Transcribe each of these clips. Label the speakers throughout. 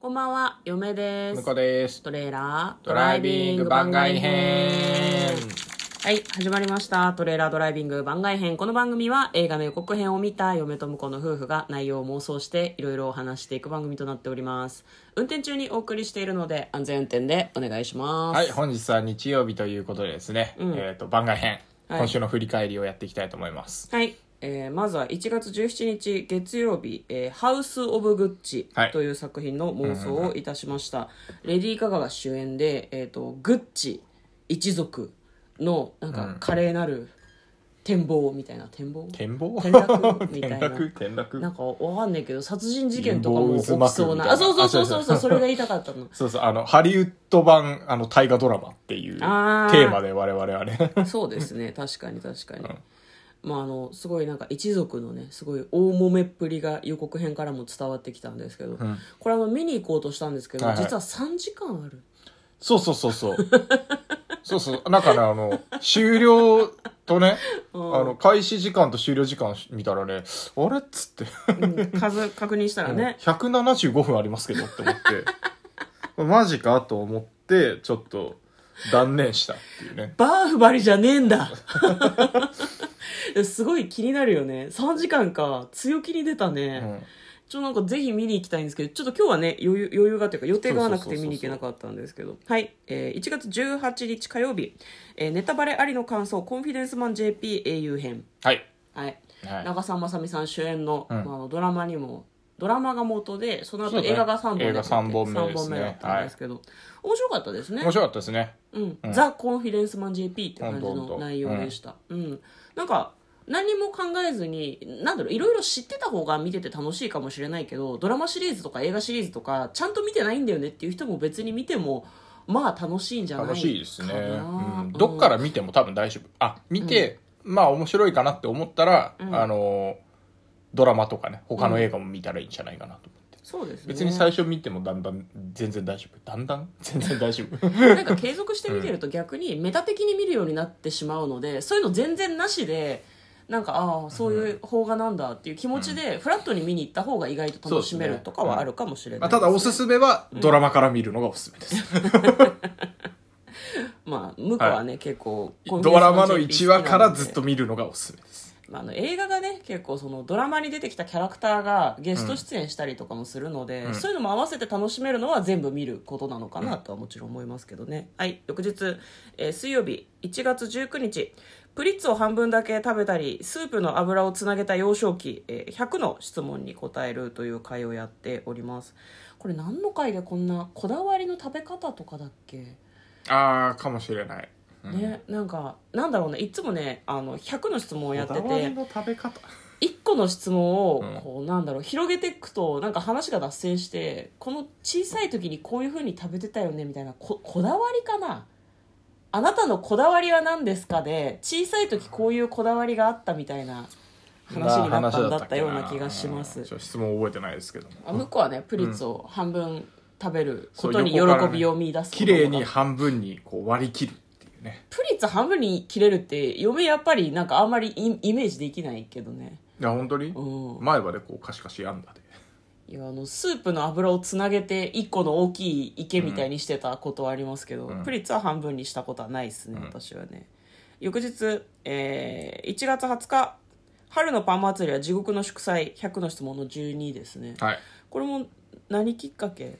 Speaker 1: こんばんは、嫁で
Speaker 2: 向
Speaker 1: す
Speaker 2: こ。うです。
Speaker 1: トレーラード
Speaker 2: ドライビング番外編。
Speaker 1: はい、始まりました。トレーラードライビング番外編。この番組は映画の予告編を見た嫁と婿の夫婦が内容を妄想していろいろお話していく番組となっております。運転中にお送りしているので安全運転でお願いします。
Speaker 2: はい、本日は日曜日ということでですね、えっ、と、番外編、
Speaker 1: はい
Speaker 2: 今週の振り返りをやっていきたいと思います。
Speaker 1: はい、えーまずは1月17日月曜日「えーハウス・オブ・グッチ
Speaker 2: はい」
Speaker 1: という作品の妄想をいたしました、レディー・ガガが主演で、えー、とグッチ一族のなんか華麗なる展望みたいな展望
Speaker 2: 展望
Speaker 1: 転 落みたいな
Speaker 2: 転落転落
Speaker 1: なんかわかんないけど殺人事件とか
Speaker 2: 貧
Speaker 1: も
Speaker 2: 乏
Speaker 1: 起
Speaker 2: 渦
Speaker 1: き
Speaker 2: 巻く
Speaker 1: そう
Speaker 2: み
Speaker 1: な
Speaker 2: たいな
Speaker 1: あそうそうそうそうそう
Speaker 2: あ
Speaker 1: それが言いたかったの
Speaker 2: そうそう、あの、ハリウッド版、あの、大河ドラマっていうテ
Speaker 1: あー
Speaker 2: ーマで我々はね。
Speaker 1: そうですね確かに確かに、まああのすごいなんか一族のねすごい大揉めっぷりが予告編からも伝わってきたんですけど、これあの見に行こうとしたんですけど、
Speaker 2: はいはい
Speaker 1: 実は3時間ある
Speaker 2: そうそうそ うそう。そうそう、なんかね、あの、終了 とね、あの、開始時間と終了時間見たらね、あれっつって。
Speaker 1: 数確認したらね、
Speaker 2: 175分ありますけどって思って マジかと思ってちょっと断念したっていうね
Speaker 1: バーフバリじゃねえんだ すごい気になるよね3時間か強気に出たね、
Speaker 2: うん
Speaker 1: ちょなんかぜひ見に行きたいんですけどちょっと今日はね余裕余裕がというか予定が合わなく
Speaker 2: そう
Speaker 1: て
Speaker 2: そうそうそう
Speaker 1: 見に行けなかったんですけどはい、えー1月18日火曜日、えーネタバレありの感想「コンフィデンスマン JP 英雄編
Speaker 2: はい、」
Speaker 1: はい、
Speaker 2: はい、
Speaker 1: 長澤まさみさん主演の,、
Speaker 2: ん
Speaker 1: まあ、あのドラマにもドラマが元でその後
Speaker 2: そうだね
Speaker 1: 映画が3本
Speaker 2: 映
Speaker 1: で
Speaker 2: 画三本目です
Speaker 1: 三
Speaker 2: ね
Speaker 1: 本目だったんですけど、面白かったですね
Speaker 2: 面白かったですね
Speaker 1: うん、ザ・コンフィデンスマン JP って感じ
Speaker 2: ほんとほ
Speaker 1: の
Speaker 2: んと
Speaker 1: 内容でした、うんなんか何も考えずになんだろういろいろ知ってた方が見てて楽しいかもしれないけどドラマシリーズとか映画シリーズとかちゃんと見てないんだよねっていう人も別に見てもまあ楽しいんじゃないかな
Speaker 2: 楽しいですね、うん、どっから見ても多分大丈夫あ見て、まあ面白いかなって思ったら、あのドラマとかね他の映画も見たらいいんじゃないかなと思って、
Speaker 1: そうですね
Speaker 2: 別に最初見てもだんだん全然大丈夫だんだん全然大丈 夫
Speaker 1: なんか継続して見てると逆にメタ的に見るようになってしまうのでそういうの全然なしでなんかああそういう方がなんだっていう気持ちでフラットに見に行った方が意外と楽しめるとかはあるかもしれない
Speaker 2: まあ
Speaker 1: です
Speaker 2: ただおすすめはドラマから見るのがおすすめです
Speaker 1: まあ向こうはね、結構
Speaker 2: ドラマの1話からずっと見るのがおすすめです。
Speaker 1: まあ、あの映画がね結構そのドラマに出てきたキャラクターがゲスト出演したりとかもするので、そういうのも合わせて楽しめるのは全部見ることなのかなとはもちろん思いますけどね、はい翌日、えー水曜日1月19日プリッツを半分だけ食べたりスープの油をつなげた幼少期、えー100の質問に答えるという回をやっておりますこれ何の回でこんなこだわりの食べ方とかだっけ
Speaker 2: ああ、かもしれない。
Speaker 1: ね、なんかなんだろうねいつもねあの100の質問をやってて
Speaker 2: こだわりの食べ方。
Speaker 1: 一個の質問を
Speaker 2: うん
Speaker 1: こう、なんだろう広げていくとなんか話が脱線してこの小さい時にこういう風に食べてたよねみたいなここだわりかなあなたのこだわりは何ですかで小さい時こういうこだわりがあったみたいな話になったんだったような気がします
Speaker 2: うんちょっと質問覚えてないですけども。
Speaker 1: あ向こうはねプリッツを半分食べることに喜
Speaker 2: そう横からね
Speaker 1: びを見出す
Speaker 2: 綺
Speaker 1: ことが
Speaker 2: 麗に半分にこう割り切るっていうね。
Speaker 1: プリッツ半分に切れるって嫁やっぱりなんかあんまりイイメージできないけどね
Speaker 2: いや、本当に
Speaker 1: うん
Speaker 2: 前歯でこうカシカシやんだで。
Speaker 1: いやあのスープの油をつなげて一個の大きい池みたいにしてたことはありますけど、
Speaker 2: ん
Speaker 1: プリッツは半分にしたことはないですね、私はね翌日、えー1月20日春のパン祭りは地獄の祝祭100の質問の12ですね
Speaker 2: はい。
Speaker 1: これも何きっかけ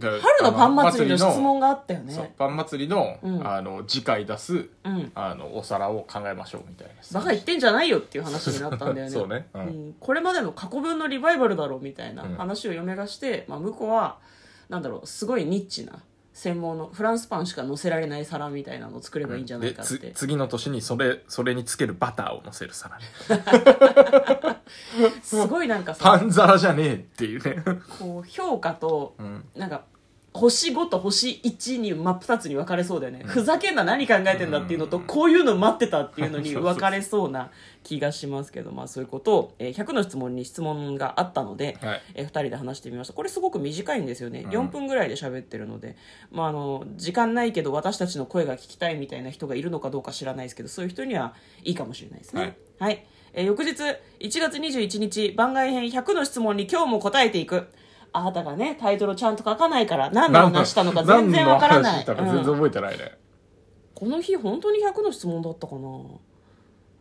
Speaker 2: 春
Speaker 1: 春のパン祭りの質問があったよ
Speaker 2: そう
Speaker 1: ね
Speaker 2: パン祭りの、
Speaker 1: うん
Speaker 2: あの次回出す、
Speaker 1: うん
Speaker 2: あのお皿を考えましょうみたいな
Speaker 1: バカ言ってんじゃないよっていう話になったんだよね
Speaker 2: そうね
Speaker 1: う
Speaker 2: うんん
Speaker 1: これまでの過去分のリバイバルだろうみたいな
Speaker 2: うん
Speaker 1: 話を嫁がして、まあ、向こうはなんだろうすごいニッチな専門のフランスパンしか乗せられない皿みたいなのを作ればいいんじゃない
Speaker 2: で
Speaker 1: かって、
Speaker 2: つ次の年にそれそれにつけるバターをのせる皿ね
Speaker 1: すごいなんか
Speaker 2: パ
Speaker 1: さ
Speaker 2: ン皿じゃねえっていう ね、
Speaker 1: こう評価と
Speaker 2: うん、
Speaker 1: なんか星5と星1に真っ二つに分かれそうだよね、ふざけんな何考えてんだっていうのと、こういうの待ってたっていうのに分かれそうな気がしますけどまあそういうことを、えー100の質問に質問があったので、
Speaker 2: はい
Speaker 1: えー2人で話してみましたこれすごく短いんですよね、
Speaker 2: ん
Speaker 1: 4分ぐらいで喋ってるので、まあ、あの時間ないけど私たちの声が聞きたいみたいな人がいるのかどうか知らないですけどそういう人にはいいかもしれないですね。は
Speaker 2: はいい
Speaker 1: えー翌日1月21日番外編100の質問に今日も答えていくあなたがねタイトルをちゃんと書かないから何の話したのか全然わからない、
Speaker 2: 何の話したか全然覚えてないね。
Speaker 1: この日本当に100の質問だったかな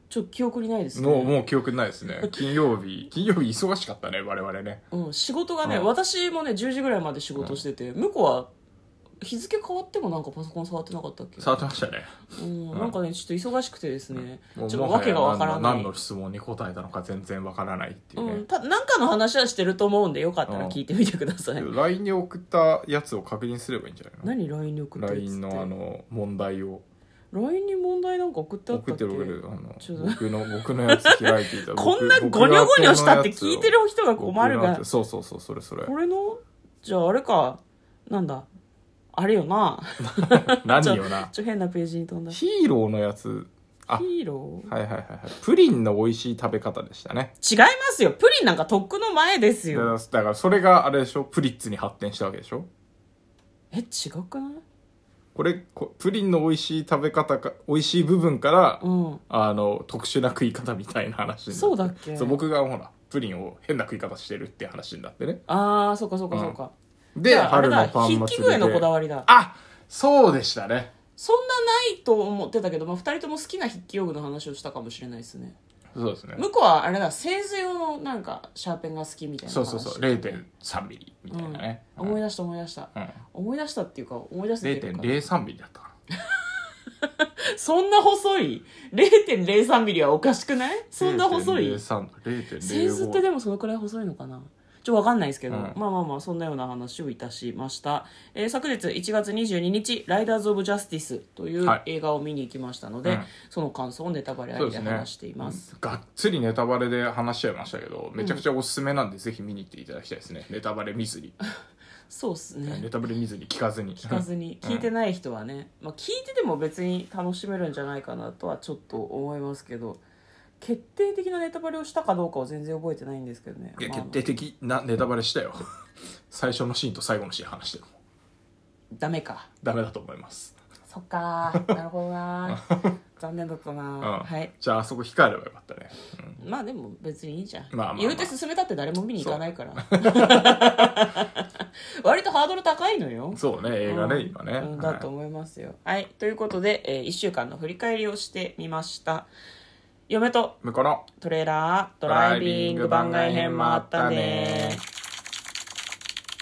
Speaker 1: ちょっと記憶にないですね
Speaker 2: もう、もう記憶ないですね。金曜日、金曜日忙しかったね、我々ね。
Speaker 1: うん、仕事がね、
Speaker 2: うん
Speaker 1: 私もね10時ぐらいまで仕事してて、向こうは日付変わってもなんかパソコン触ってなかったっけ、
Speaker 2: 触ってましたね。
Speaker 1: うん、なんかねちょっと忙しくてですね、
Speaker 2: もう
Speaker 1: ちょっとわけがわから
Speaker 2: もはや
Speaker 1: な
Speaker 2: 何
Speaker 1: い、
Speaker 2: の何の質問に答えたのか全然わからないっていううんね。
Speaker 1: たなんかの話はしてると思うんでよかったら聞いてみてください、
Speaker 2: LINE に送ったやつを確認すればいいんじゃない
Speaker 1: 何 LINE に送っ
Speaker 2: の
Speaker 1: てるっつって
Speaker 2: ?LINE のあの、問題を
Speaker 1: LINE に問題なんか送ってあった
Speaker 2: 送
Speaker 1: っ
Speaker 2: っ
Speaker 1: け
Speaker 2: てる送ってるあの
Speaker 1: ちょっと
Speaker 2: 僕の、僕のやつ開いて いた。
Speaker 1: こんな
Speaker 2: 僕
Speaker 1: ゴニョゴニョしたって聞いてる人が困る。
Speaker 2: 僕の
Speaker 1: が
Speaker 2: 後のやつを僕の後そうそうそう、それそれ
Speaker 1: こ。れのじゃああれかなんだあれよな
Speaker 2: 何よな。
Speaker 1: ちょ変なページに飛んだヒ
Speaker 2: ヒーローのやつ、あ、はい
Speaker 1: ーロー
Speaker 2: はいはいはい。プリンの美味しい食べ方でしたね。
Speaker 1: 違いますよプリンなんかとっくの前です
Speaker 2: だか
Speaker 1: よ
Speaker 2: らだからそれがあれでしょプリッツに発展したわけでしょ
Speaker 1: え違くない
Speaker 2: これこプリンの美味しい食べ方か美味しい部分から、
Speaker 1: うん
Speaker 2: あの特殊な食い方みたいな話になって
Speaker 1: そうだっけ
Speaker 2: そう僕がほらプリンを変な食い方してるって話になってね
Speaker 1: ああそうかそうかそうか、
Speaker 2: で
Speaker 1: じゃああれ
Speaker 2: 春
Speaker 1: だ
Speaker 2: のパ
Speaker 1: 筆
Speaker 2: ン
Speaker 1: 記
Speaker 2: 祭り
Speaker 1: 具
Speaker 2: で
Speaker 1: へのこだわりだ
Speaker 2: あそうでしたね
Speaker 1: そんなないと思ってたけど、まあ、2人とも好きな筆記用具の話をしたかもしれないですね
Speaker 2: そうですね
Speaker 1: 向こうはあれだ製図用のなんかシャーペンが好きみたいな
Speaker 2: そ
Speaker 1: 話
Speaker 2: うそうそう0.3ミリみたいなね、
Speaker 1: うん、思い出した思い出した、
Speaker 2: うん
Speaker 1: 思い出したっていうか思い出したっていうか
Speaker 2: 0.03ミリだったか
Speaker 1: そんな細い0.03ミリはおかしくないそんな細い
Speaker 2: 0.03と0.05
Speaker 1: 製図ってでもそのくらい細いのかなちょっとわかんないですけど、
Speaker 2: うん
Speaker 1: まあまあまあそんなような話をいたしました、えー昨日1月22日「ライダーズ・オブ・ジャスティス」という
Speaker 2: はい
Speaker 1: 映画を見に行きましたので、
Speaker 2: うん
Speaker 1: その感想をネタバレあ
Speaker 2: そう
Speaker 1: り
Speaker 2: で
Speaker 1: です
Speaker 2: ね
Speaker 1: 話しています
Speaker 2: がっつりネタバレで話しちゃいましたけどめちゃくちゃおすすめなんで、ぜひ見に行っていただきたいですねネタバレ見ずに
Speaker 1: そうですね
Speaker 2: ネタバレ見ずに聞かずに
Speaker 1: 聞かずに
Speaker 2: うん
Speaker 1: 聞いてない人はね、まあ、聞いてても別に楽しめるんじゃないかなとはちょっと思いますけど決定的なネタバレをしたかどうかは全然覚えてないんですけどね
Speaker 2: いや
Speaker 1: まあ
Speaker 2: 決定的なネタバレしたよ最初のシーンと最後のシーン話してるもん
Speaker 1: ダメか
Speaker 2: ダメだと思います、
Speaker 1: そっ かーなるほどなー残念だったな
Speaker 2: うん
Speaker 1: ー、はい
Speaker 2: じゃああそこ控えればよかったね、うん
Speaker 1: まあでも別にいいじゃん、
Speaker 2: まあまあまあ
Speaker 1: 言うて進めたって誰も見に行かないから 割とハードル高いのよ
Speaker 2: そうね映画ね、今ね、
Speaker 1: うん、だと
Speaker 2: はい
Speaker 1: 思いますよはい、ということで、え1週間の振り返りをしてみました嫁と
Speaker 2: 向こうの
Speaker 1: トレーラードライビング番外編もあったねー